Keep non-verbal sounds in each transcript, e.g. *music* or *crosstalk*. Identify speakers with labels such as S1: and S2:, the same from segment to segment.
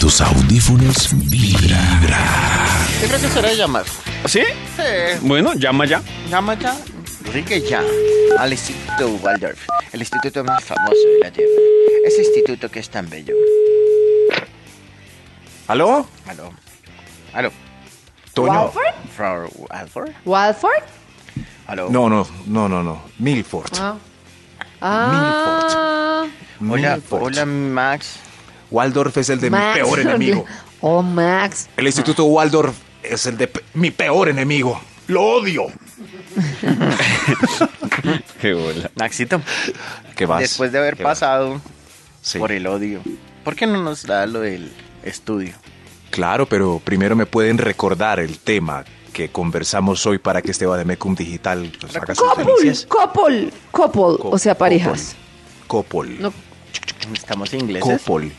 S1: tus audífonos vibra.
S2: Yo creo que será llamar.
S3: ¿Sí?
S2: Sí,
S3: Bueno, llama ya.
S2: llama ya. Rique ya al Instituto Waldorf, el instituto más famoso de la Tierra. Ese instituto que es tan bello.
S3: ¿Aló?
S2: Aló. Aló.
S3: Toño.
S4: ¿Walford?
S2: Frau Alford.
S4: ¿Walford?
S2: Aló.
S5: No, no, no, no, no. Milford.
S4: Ah. Ah.
S2: Hola,
S5: Milford.
S2: hola Max.
S5: Waldorf es el de
S4: Max.
S5: mi peor enemigo.
S4: *laughs* Oh, Max.
S5: El Instituto Waldorf es el de pe- mi peor enemigo. Lo odio.
S3: *laughs* Qué bola.
S2: Maxito,
S5: ¿Qué vas?
S2: después de haber
S5: ¿Qué vas?
S2: pasado
S5: Sí.
S2: por el odio, ¿por qué no nos da lo del estudio?
S5: Claro, pero primero me pueden recordar el tema que conversamos hoy para que este Bademecum Digital nos haga sus
S4: Couple,
S5: delicias.
S4: couple, couple.
S5: Co-
S4: O sea, parejas.
S5: Copol.
S4: No,
S2: Estamos ingleses.
S5: Copol.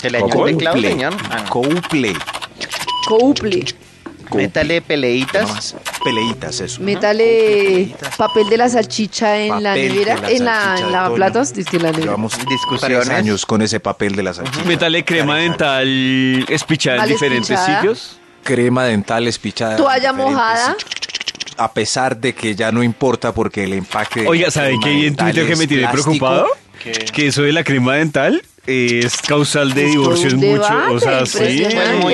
S2: ¿Se le añadió el teclado, señor? Ah, no.
S5: Couple.
S4: couple.
S2: Métale peleitas.
S5: Nomás Peleitas, eso.
S4: Métale papel de la salchicha en la
S5: Ah, Papel de
S4: nevera,
S5: la
S4: en la,
S5: salchicha
S4: en
S5: de
S4: la
S5: Toño.
S4: platos, dice la nevera.
S5: Llevamos
S2: Discusiones.
S5: tres años con ese papel de la salchicha.
S3: *laughs* Métale crema dental espichada en
S4: Mal
S3: diferentes
S4: espichada.
S3: sitios.
S5: Crema dental espichada.
S4: Toalla
S5: diferente,
S4: mojada.
S5: sí. A pesar de que ya no importa porque el empaque. de
S3: Oiga,
S5: la
S3: ¿saben
S5: crema
S3: qué vi en
S5: dental
S3: Twitter que
S5: es
S3: me tiene
S5: plástico?
S3: preocupado? Que eso de la crema dental es causal de
S4: Es todo
S3: divorcio en
S4: un
S3: muchos. O sea,
S4: debate,
S3: sí.
S2: Pues muy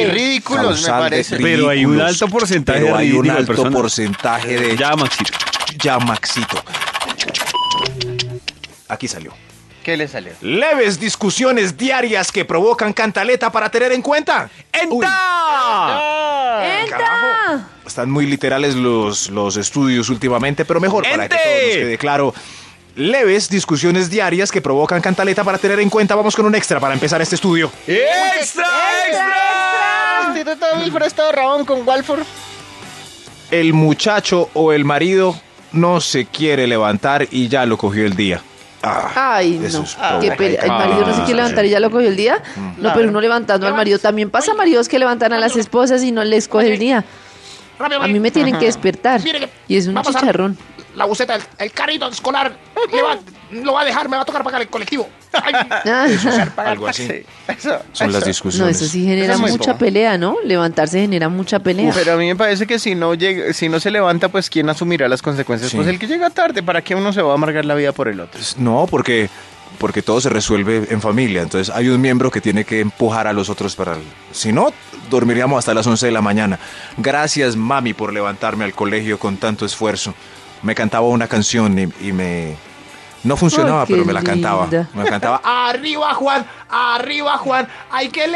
S4: Impresionante.
S2: ridículos, me
S5: Causal de
S2: parece.
S3: ri- Pero hay un
S5: ridículos,
S3: alto porcentaje
S5: Pero
S3: de
S5: hay un
S3: ridículas
S5: alto
S3: personas.
S5: porcentaje de
S3: Ya, Maxito.
S5: ya Maxito. Aquí salió.
S2: ¿Qué le salió?
S5: Leves discusiones diarias que provocan cantaleta para tener en cuenta. Uy,
S3: ¡Enta!
S5: carajo. Están muy literales los, los estudios últimamente, pero mejor para que
S3: ¡Ente!
S5: todo nos quede claro. Leves discusiones diarias que provocan cantaleta para tener en cuenta. Vamos con un extra para empezar este estudio.
S3: ¡Extra, extra!
S2: Instituto Wilfred estado Rabón con Walford.
S5: El muchacho o el marido no se quiere levantar y ya lo cogió el día. Ah,
S4: Ay,
S5: eso
S4: no.
S5: es
S4: Qué
S5: provocar
S4: pena. El marido no se quiere
S5: cantaleta.
S4: levantar y ya lo cogió el día.
S5: Mm.
S4: No, pero uno levantando al marido. También pasa maridos que levantan a las esposas y no les coge el día. A mí me tienen que despertar. Y es un chicharrón.
S6: La buceta, el, el carrito escolar, le va- lo va a dejar, me va a tocar pagar el colectivo. Ay,
S4: *laughs* Ah,
S5: Algo así.
S2: Eso.
S5: Son las
S2: eso.
S4: No,
S5: discusiones.
S4: eso sí genera
S2: Eso es muy
S4: mucha
S2: bobo.
S4: pelea, ¿no? Levantarse genera mucha pelea.
S2: Pero a mí me parece que si no llega, si no se levanta, pues quién asumirá las consecuencias.
S5: Sí.
S2: Pues el que llega tarde, ¿para qué uno se va a amargar la vida por el otro?
S5: No, porque, porque todo se resuelve en familia. Entonces hay un miembro que tiene que empujar a los otros para... el- Si no, dormiríamos hasta las 11 de la mañana. Gracias, mami, por levantarme al colegio con tanto esfuerzo. Me cantaba una canción y, y me... No funcionaba,
S4: Ay, qué
S5: pero me la cantaba.
S4: linda.
S5: Me la cantaba. Ah,
S6: arriba, Juan, arriba, Juan, hay que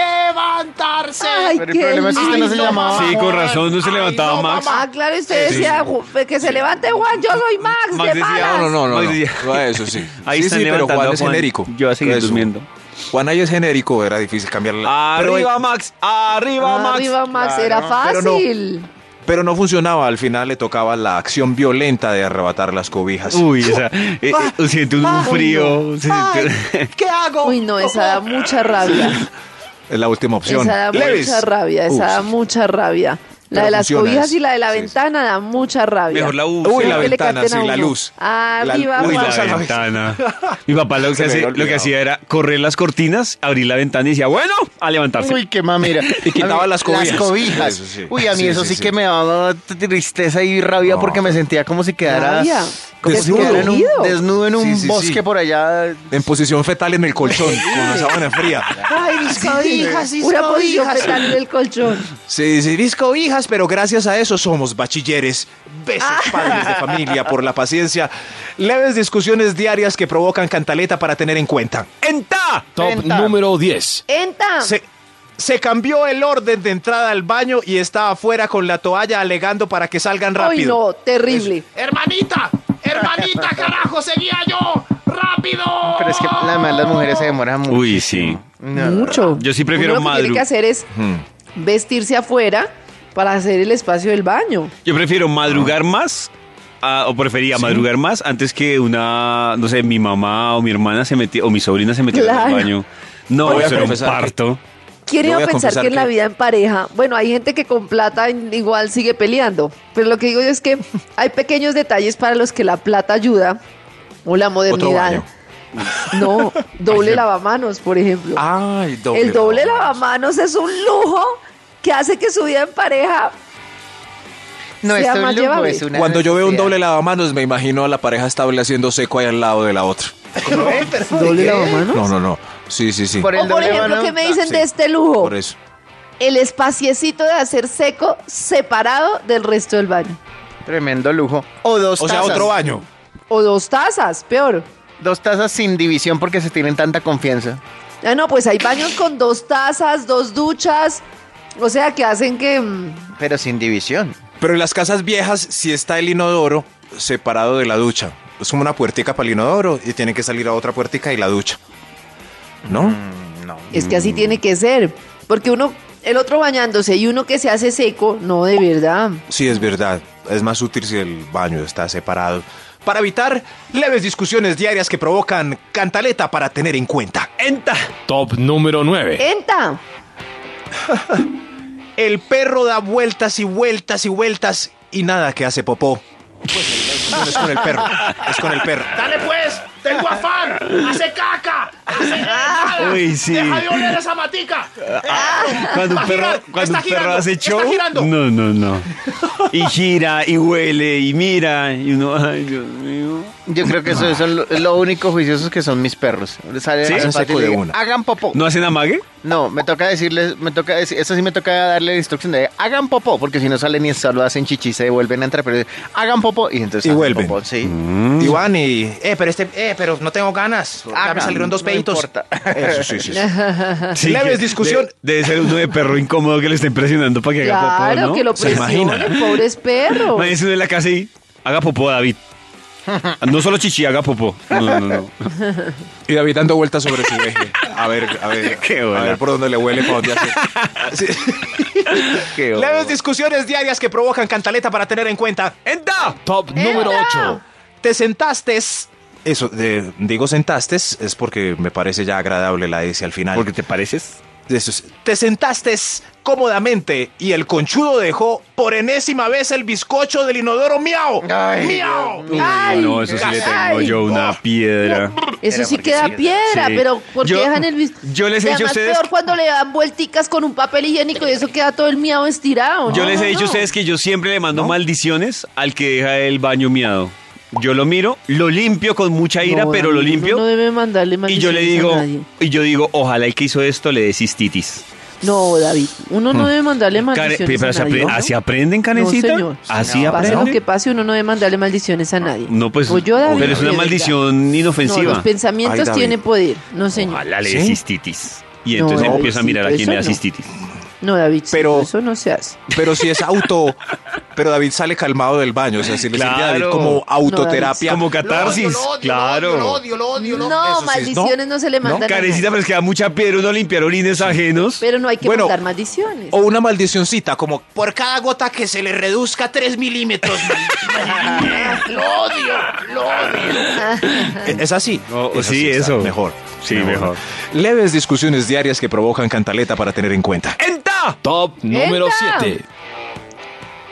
S6: levantarse.
S4: Ay,
S2: Pero el
S4: qué
S2: problema es que usted no se
S4: lindo.
S2: llamaba.
S3: Sí, con razón, no se
S6: Ay,
S3: levantaba
S6: no,
S3: Max.
S6: mamá.
S4: Ah, claro, usted decía "Ju- que se levante Juan, yo soy Max,
S3: Max
S4: de
S3: decía,
S4: malas".
S5: No, no, no, no,
S3: Hoy
S5: no.
S3: día.
S5: No, Eso sí.
S3: *laughs* Ahí
S5: sí,
S3: están
S5: sí, pero
S3: levantando
S5: Juan
S3: a
S5: es
S3: Juan.
S5: genérico.
S3: Yo voy a seguir
S5: Eso.
S3: durmiendo.
S5: Juan ahí es genérico, era difícil cambiarla. Pero- eh,
S3: Arriba, Max. Arriba, Max.
S4: Arriba Ah, Max, era
S5: pero no.
S4: fácil.
S5: Pero no funcionaba, al final le tocaba la acción violenta de arrebatar las cobijas.
S3: Uy, esa. eh, eh, siento un *laughs* frío. se siente-
S6: ¿Qué hago?
S4: Uy, no, esa da
S5: *laughs*
S4: mucha rabia.
S5: Es la última opción.
S4: Esa da
S5: Leves.
S4: mucha rabia, esa
S5: Uy,
S4: da
S5: sí.
S4: mucha rabia. La
S5: Pero
S4: de las
S5: funciona
S4: cobijas
S5: eso.
S4: y la de la
S5: Sí, sí.
S4: ventana da mucha rabia.
S3: Mejor la
S5: Uy,
S3: usa.
S5: la
S4: que le
S5: ventana,
S4: canten a
S5: sí, la
S4: uno. Ah,
S5: luz.
S4: Arriba,
S5: La-
S3: Uy,
S4: Juan.
S5: Vamos a
S3: la
S5: la
S4: *laughs*
S3: ventana. Mi papá lo que,
S5: Se me
S3: hace-
S5: había
S3: lo que
S5: olvidado.
S3: hacía era correr las cortinas, abrir la ventana y decía, bueno, a levantarse.
S2: Uy, qué mamera.
S5: *laughs* Y
S2: A
S5: quitaba
S2: mí-
S5: las cobijas.
S2: cobijas.
S5: Eso sí.
S2: Uy, a mí
S5: Sí,
S2: eso
S5: sí,
S2: sí,
S5: sí.
S2: que me daba tristeza y rabia
S5: No.
S2: porque me sentía como si quedara,
S4: Rabia.
S2: como si
S5: Desnudo.
S2: quedara en un-
S4: Desnudo.
S2: desnudo en un
S5: Sí, sí, sí.
S2: bosque por allá.
S5: En posición fetal en el colchón, con la sábana fría.
S6: Ay, mis cobijas, mis
S4: Una posición
S6: cobijas.
S4: fetal en el colchón.
S5: Sí, sí, disco hijas, pero gracias a eso somos bachilleres, besos padres de familia por la paciencia, leves discusiones diarias que provocan cantaleta para tener en cuenta.
S3: ¡Enta!
S1: Top
S2: Venta.
S1: número 10.
S4: Enta.
S5: Se, se cambió el orden de entrada al baño y está afuera con la toalla alegando para que salgan
S4: Uy,
S5: rápido.
S4: no, terrible.
S6: Hermanita,
S4: *laughs*
S6: hermanita, carajo, seguía yo. ¡Rápido!
S2: Pero es que además las mujeres se demoran mucho.
S3: Uy, sí.
S2: No.
S4: Mucho.
S3: Yo sí prefiero
S4: Uno lo que tiene
S3: madru-
S4: que hacer es
S5: Hmm.
S4: vestirse afuera para hacer el espacio del baño.
S3: Yo prefiero madrugar más. ah, o prefería madrugar más antes que una, no sé, mi mamá o mi hermana se metía, o mi sobrina se metiera en
S4: Claro.
S3: el baño. No,
S5: Voy a
S3: eso era un
S5: confesar que-
S3: parto.
S4: ¿Quién
S5: Yo
S4: iba
S5: voy
S4: a
S5: a
S4: pensar que,
S5: confesar
S4: en la
S5: que-
S4: vida en pareja? Bueno, hay gente que con plata en- igual sigue peleando, pero lo que digo yo es que hay pequeños detalles para los que la plata ayuda o la modernidad.
S5: baño.
S4: No, doble lavamanos, por
S5: Ah,
S4: ejemplo.
S5: Ay, doble.
S4: el doble
S5: lavamanos.
S4: lavamanos es un lujo que hace que su vida en pareja
S2: No
S4: Sea
S2: es un
S4: más
S2: lujo,
S4: llevable.
S2: es una
S5: Cuando yo veo un
S2: necesidad.
S5: doble lavamanos, me imagino a la pareja estable haciendo seco ahí al lado de la otra.
S2: ¿Eh? ¿Pero por
S4: doble
S2: qué?
S4: lavamanos.
S5: No, no, no. Sí, sí, sí.
S2: Por el
S4: o por
S2: doble
S4: ejemplo,
S2: mano.
S4: ¿qué me dicen
S5: sí.
S4: de este lujo?
S5: Por eso.
S4: El espaciecito de hacer seco separado del resto del baño.
S2: Tremendo lujo. O dos
S5: O sea,
S2: tazas.
S5: otro baño.
S4: O dos tazas, peor.
S2: Dos tazas sin división porque se tienen tanta confianza.
S4: Ah, no, pues hay baños con dos tazas, dos duchas. O sea, que hacen que... mm,
S2: Pero sin división.
S5: Pero en las casas viejas sí está el inodoro separado de la ducha. Es como una puertica para el inodoro y tiene que salir a otra puertica y la ducha. ¿No?
S2: No.
S4: Es que así tiene que ser. Porque uno, el otro bañándose y uno que se hace seco, no, de verdad.
S5: Sí, es verdad. Es más útil si el baño está separado. Para evitar leves discusiones diarias que provocan cantaleta para tener en cuenta.
S3: ¡Enta!
S1: Top número 9.
S4: ¡Enta!
S5: El perro da vueltas y vueltas y vueltas y nada que hace popó. Pues no es con el perro, es con el perro.
S6: Dale pues, tengo afán, hace caca, hace nada,
S3: Uy, sí.
S6: deja de oler esa matica.
S3: Cuando un
S6: Está
S3: perro,
S6: girando,
S3: cuando
S6: está
S3: un perro
S6: girando,
S3: hace
S6: está
S3: show.
S6: girando.
S3: No, no, no. Y gira, y huele, y mira, y uno, ay, Dios mío.
S2: Yo creo que eso, eso es lo, lo único juiciosos que son mis perros. Salen
S5: ¿Sí?
S2: a su
S5: Hacen
S2: patio
S5: seco
S2: y
S5: de
S2: dicen,
S5: una.
S2: Hagan popó.
S3: ¿No hacen amague?
S2: No, me toca decirles, me toca decir, eso sí me toca darle la instrucción de hagan popó, porque si no salen y solo hacen chichi, se vuelven a entrar, pero hagan popó y entonces
S5: Y
S2: hacen
S5: vuelven. Mm.
S2: popó, sí.
S5: Iván y... Eh, pero este... Eh, pero no tengo ganas. Ya me
S2: Hagan,
S5: salieron dos
S2: Ah, no
S5: peitos.
S2: importa.
S5: Eso,
S2: *laughs*
S5: sí, sí, sí.
S3: Sí,
S5: Leves
S3: que
S5: discusión.
S3: de- Debe ser uno de perro incómodo que le estén presionando para que haga popó,
S4: Claro,
S3: ¿no?
S4: que lo
S5: ¿Se imagina?
S4: presionen, pobres perros.
S3: Imagínese uno en la casa y haga popó, David. No solo chichi, haga popó. No, no, no.
S5: Y David dando vueltas sobre su eje. A ver, a ver.
S3: *laughs* Qué
S5: a
S3: buena.
S5: ver por dónde le huele, para dónde hace. Sí.
S3: *laughs*
S5: Leves discusiones diarias que provocan cantaleta para tener en cuenta. ¡Enta!
S1: Top número 8.
S5: Te sentaste. Eso, de- digo sentaste, es porque me parece ya agradable la S al final.
S3: Porque te pareces.
S5: Eso es. Te sentaste cómodamente y el conchudo dejó por enésima vez el bizcocho del inodoro miau.
S3: Ah.
S2: Ay,
S5: miau.
S3: Uy,
S4: Ay,
S3: no, eso sí le tengo
S4: ay.
S3: yo una piedra.
S4: Eso
S2: Era
S4: sí
S2: porque
S4: queda
S2: sí,
S4: piedra,
S3: sí.
S4: pero ¿por qué
S3: Yo-
S4: dejan el bis-
S3: yo les he
S4: Y
S3: dicho a
S4: además
S3: ustedes-
S4: peor cuando le dan vuelticas con un papel higiénico y eso queda todo el miado estirado.
S3: Yo
S4: No,
S3: les he
S4: no,
S3: dicho
S4: no.
S3: a ustedes que yo siempre le mando maldiciones al que deja el baño miado. Yo lo miro, lo limpio con mucha ira,
S4: No,
S3: pero
S4: David,
S3: lo
S4: uno
S3: limpio.
S4: No debe mandarle
S3: y yo le
S4: maldiciones a
S3: digo,
S4: nadie.
S3: y yo digo, ojalá el que hizo esto le dé cistitis.
S4: No, David, uno no debe mandarle
S3: Hmm. Care-
S4: maldiciones
S3: pero
S4: a
S3: se
S4: nadie.
S3: apre-
S4: ¿no?
S3: ¿Así aprenden, Canecita?
S4: No, señor.
S3: ¿Así
S2: No.
S4: Pase lo
S3: aprenden?
S4: que pase, uno no debe mandarle maldiciones a nadie.
S3: No, pues,
S4: O yo, David,
S3: pero es
S4: de
S3: una
S4: verdad.
S3: maldición
S4: No,
S3: inofensiva.
S4: los pensamientos
S5: Ay, David.
S4: tienen poder. No, señor.
S3: Ojalá le
S5: ¿Sí?
S3: dé cistitis. Y
S4: No,
S3: entonces
S4: David,
S3: empieza a
S4: sí,
S3: mirar a
S4: pero
S3: quién le da
S4: eso no.
S3: cistitis.
S4: No, David, sí,
S5: Pero-
S4: eso no se hace.
S5: Pero si es auto. Pero David sale calmado del baño. O sea, si le sirve a David
S3: Claro.
S5: como autoterapia.
S3: Como catarsis,
S6: Lo odio, lo odio,
S3: claro.
S6: Lo odio, lo odio, lo odio.
S4: No,
S5: eso sí,
S4: maldiciones no, se le mandan. a
S3: Carecita,
S4: nadie.
S3: pero es que da mucha piedra uno limpiar orines ajenos.
S4: pero no hay que
S5: Bueno,
S4: mandar maldiciones.
S5: O una maldicioncita, como
S6: Por cada gota que se le reduzca 3 milímetros. lo odio, lo odio.
S5: Eh, Es así.
S3: Oh,
S5: Es
S3: sí,
S5: así, está
S3: eso.
S5: Mejor.
S3: Sí, mejor.
S5: Leves discusiones diarias que provocan cantaleta para tener en cuenta.
S3: ¡Enta!
S1: Top número
S4: Venga.
S1: 7.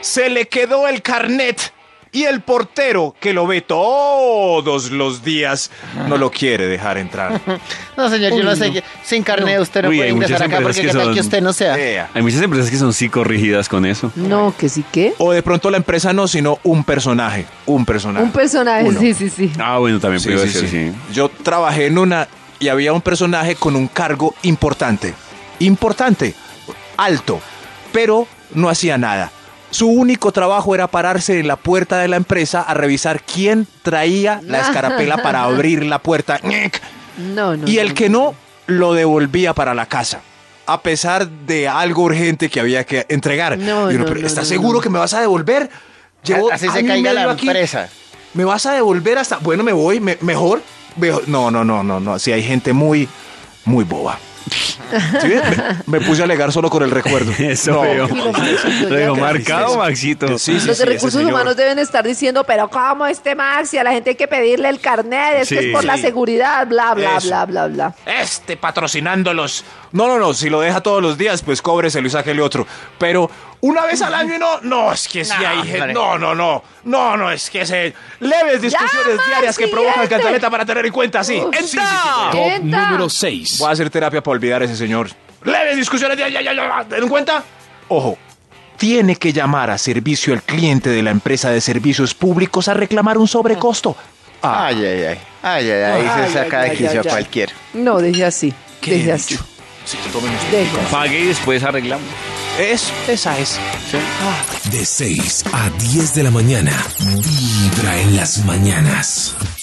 S5: Se le quedó el carnet y el portero, que lo ve todos los días, no lo quiere dejar entrar.
S2: No, señor, yo no sé. que- Sin carne usted no
S3: Uy,
S2: puede
S3: hay
S2: ingresar
S3: muchas
S2: acá
S3: empresas
S2: porque
S3: que
S2: qué tal
S3: son-
S2: que usted no sea.
S5: Ea.
S3: Hay muchas empresas que son psicorrígidas con eso.
S4: no, que sí que.
S5: O de pronto la empresa no, sino un personaje. Un personaje.
S4: Un personaje,
S5: Uno.
S4: sí, sí, sí.
S3: Ah, bueno, también
S5: Sí,
S3: puede
S5: sí, sí.
S3: ser, sí. *laughs*
S5: Yo trabajé en una y había un personaje con un cargo importante. Importante. Alto. Pero no hacía nada. Su único trabajo era pararse en la puerta de la empresa a revisar quién traía la
S4: *laughs*
S5: escarapela para abrir la puerta.
S4: No, no.
S5: Y el que no, lo devolvía para la casa. A pesar de algo urgente que había que entregar.
S4: No,
S5: Y uno,
S4: no,
S5: "¿Pero
S4: no,
S5: ¿Estás
S4: no,
S5: seguro
S4: no.
S5: que me vas a devolver? Llevo
S2: Así
S5: año
S2: se
S5: y
S2: caiga
S5: medio
S2: la
S5: aquí.
S2: empresa.
S5: ¿Me vas a devolver hasta.? Bueno, me voy, me- mejor, mejor. No, no, no, no, no. Sí, hay gente muy, muy boba. ¿Sí ven? Me, me puse a alegar solo con
S2: *laughs*
S5: el recuerdo.
S3: Eso
S5: No.
S3: veo.
S4: Sí, lo felicito,
S3: Lo digo
S4: ya.
S3: marcado,
S5: Sí,
S3: Maxito.
S5: sí,
S4: Los
S5: sí,
S4: de
S5: ese
S4: recursos
S5: señor.
S4: humanos deben estar diciendo, pero ¿cómo este Maxi? A la gente hay que pedirle el carnet, es que
S3: Sí.
S4: es por la seguridad, bla, bla,
S5: Eso.
S4: bla, bla, bla.
S6: Este patrocinándolos.
S5: No, no, no, si lo deja todos los días, pues cóbreselo y sáquele otro. Pero una vez al año y no, no, es que sí
S2: No,
S5: hay gente.
S2: hombre.
S5: No, no, no, no, no, es que se. Leves discusiones
S4: Llama al
S5: diarias que provocan
S4: siguiente.
S5: cantaleta para tener en cuenta, sí.
S4: este!
S5: ¡Entra!
S4: Uf. Sí, sí, sí, sí.
S1: Top
S4: Venta.
S1: número 6.
S5: Voy a hacer terapia para olvidar a ese señor. Leves discusiones diarias, ya, ya, ya, ten en cuenta. Ojo. Tiene que llamar a servicio al cliente de la empresa de servicios públicos a reclamar un sobrecosto. Ah,
S2: Ay, ay, ay. Ay, ay, ay.
S6: Ay,
S2: Ahí se saca
S6: ay,
S2: de
S6: ay,
S2: quicio a
S6: ay, ay.
S2: cualquiera.
S4: No, deje así.
S5: qué
S4: Deje
S5: bien
S4: así.
S5: dicho. Sí, tomen usted.
S4: Deje así.
S3: Pague y después arreglamos.
S5: Es, esa es.
S7: De 6 a 10 de la mañana. Vibra en las mañanas.